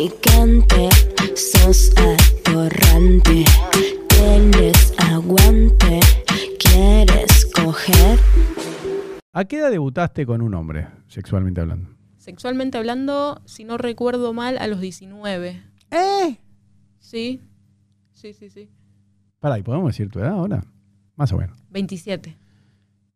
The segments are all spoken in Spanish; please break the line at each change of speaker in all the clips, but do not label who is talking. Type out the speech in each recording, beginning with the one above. atorrante, sos atorrante. Tienes aguante, quieres coger.
¿A qué edad debutaste con un hombre, sexualmente hablando?
Sexualmente hablando, si no recuerdo mal, a los 19.
¿Eh?
Sí, sí, sí, sí.
Pará, ¿y podemos decir tu edad ahora? Más o menos.
27.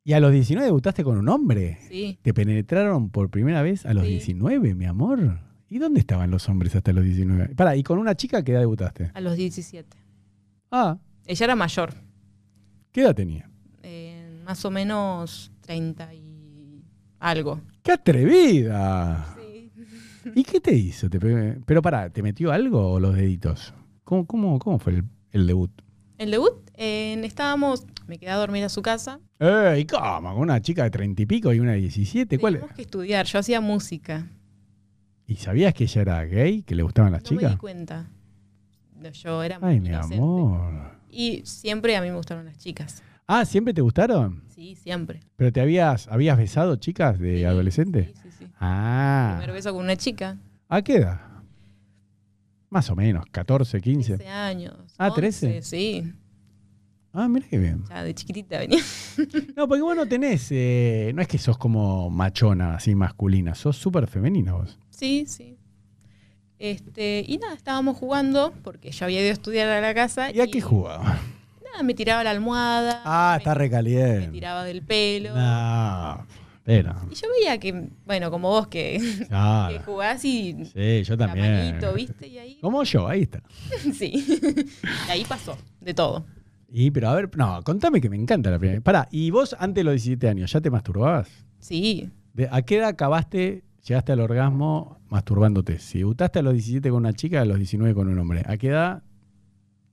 ¿Y a los 19 debutaste con un hombre?
Sí.
¿Te penetraron por primera vez a los
Sí.
19, mi amor? ¿Y dónde estaban los hombres hasta los 19? Pará, ¿y con una chica qué edad debutaste?
A los 17.
Ah,
Ella era mayor.
¿qué edad tenía?
eh, más o menos 30 y algo.
¡Qué atrevida!
Sí.
¿Y qué te hizo? ¿Te pe- Pero pará, ¿te metió algo o los deditos? ¿Cómo, cómo, cómo fue el, el debut?
El debut, en- estábamos, me quedé a dormir a su casa.
¡Eh, ¿y cómo? ¿Con una chica de 30 y pico y una de 17? ¿Cuál?
Teníamos que estudiar, yo hacía música.
¿Y sabías que ella era gay? ¿Que le gustaban las
no me di
chicas?
cuenta. No, Yo era muy
Ay, mi
inocente.
amor.
Y siempre a mí me gustaron las chicas.
Ah, ¿siempre te gustaron?
Sí, siempre.
¿Pero te habías, habías besado chicas de
Sí,
adolescente?
Sí, sí, sí. Primer
Ah,
beso con una chica.
¿a qué edad? Más o menos, 14, 15.
13 años.
Ah, 13.
11, Sí,
Ah, mira qué bien.
ya de chiquitita venía.
No, porque vos no tenés, eh, no es que sos como machona, así masculina, sos súper femenina vos.
Sí, sí. Este, y nada, estábamos jugando porque yo había ido a estudiar a la casa.
¿Y a qué
Ah,
jugaba?
Nada, me tiraba la almohada.
Ah,
me-
está
Me
recaliente.
tiraba del pelo.
No, pero,
Y yo veía que, bueno, como vos que, que
claro.
jugás y
Sí, yo
la
también. Oh.
manito, ¿viste? Y ahí,
Como yo, ahí está.
sí. Y ahí pasó, de todo.
Y, pero a ver, no, contame que me encanta la primera. Pará, ¿y vos antes de los 17 años ya te masturbabas?
Sí,
¿De- ¿A qué edad acabaste, llegaste al orgasmo masturbándote? Si debutaste a los 17 con una chica, a los 19 con un hombre, ¿a qué edad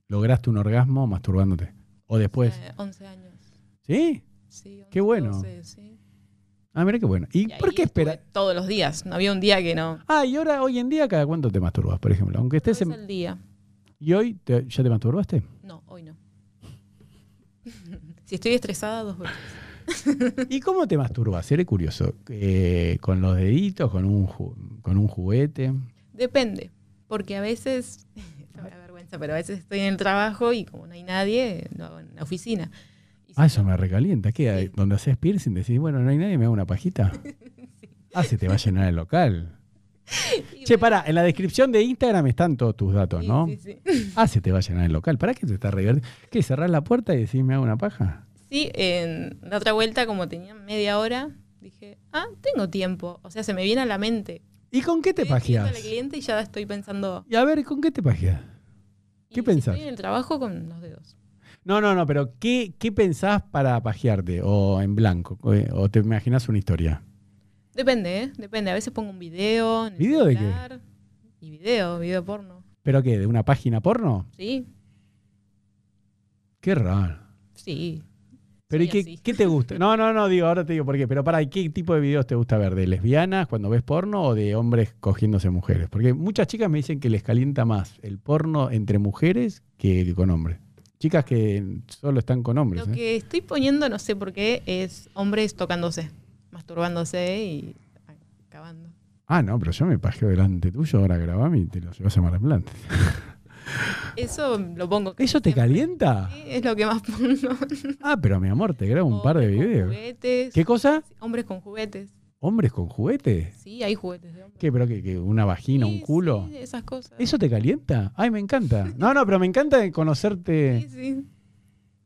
lograste un orgasmo masturbándote? ¿O después?
eh, 11 años.
¿Sí?
Sí, 11,
Pues. Qué bueno.
12, sí.
Ah, mira qué bueno. ¿Y,
Y ahí
por qué
estuve
esperar?
Todos los días, no había un día que no.
Ah, y ahora, hoy en día, ¿cada cuánto te masturbas, por ejemplo? Aunque estés
Una
en...
vez al día.
¿Y hoy te- ya te masturbaste?
No, hoy no. si estoy estresada, dos veces.
¿Y cómo te masturbas? Seré curioso. Eh, ¿Con los deditos? ¿Con un, ju- con un juguete?
Depende, porque a veces, esto me da vergüenza, pero a veces estoy en el trabajo y como no hay nadie, lo hago en la oficina. Y si
Ah, eso
no-
me recalienta. ¿Qué?
Sí.
Donde haces piercing decís, bueno, no hay nadie, me hago una pajita. Ah, se te va a llenar el local.
y
Che,
bueno,
pará, en la descripción de Instagram están todos tus datos,
sí,
¿no?
Sí, sí.
Ah, se te va a llenar el local. ¿Para qué te estás revirtiendo? ¿Qué? ¿Cerrás la puerta y decís, me hago una paja?
Sí, en la otra vuelta, como tenía media hora, dije, ah, tengo tiempo. O sea, se me viene a la mente.
¿Y con qué te
Estoy escribiendo
pajeás?
al cliente y ya estoy pensando.
Y a ver, ¿con qué te pajeás?
y
¿Qué
si
pensás?
Estoy en el trabajo con los dedos.
No, no, no, pero ¿qué, qué pensás para pajearte? O en blanco, o, o te imaginas una historia.
Depende, ¿eh? Depende. A veces pongo un video. En el
¿Video de qué?
celular, Y video, video porno.
¿Pero qué? ¿De una página porno?
Sí,
Qué raro.
sí.
Pero ¿y
Soy
qué,
así.
qué te gusta? No, no, no, digo, ahora te digo por qué. Pero para, ¿y ¿qué tipo de videos te gusta ver? ¿De lesbianas cuando ves porno o de hombres cogiéndose mujeres? Porque muchas chicas me dicen que les calienta más el porno entre mujeres que con hombres. Chicas que solo están con hombres.
Lo
¿eh?
que estoy poniendo, no sé por qué, es hombres tocándose, masturbándose y acabando.
Ah, no, pero yo me pajeo delante tuyo, ahora grabame y te lo llevas a Mar del Plata.
Eso lo pongo. casi
¿Eso te
siempre.
calienta?
Sí, es lo que más pongo.
Ah, pero mi amor, te grabo un par de
Hombres con
videos.
Juguetes.
¿Qué cosa?
Hombres con juguetes.
¿Hombres con juguetes?
Sí, hay juguetes de hombres.
¿Qué, pero qué, qué, una vagina,
Sí,
un culo?
sí, esas cosas.
¿Eso te calienta? Ay, me encanta. No, no, pero me encanta de conocerte.
Sí, sí.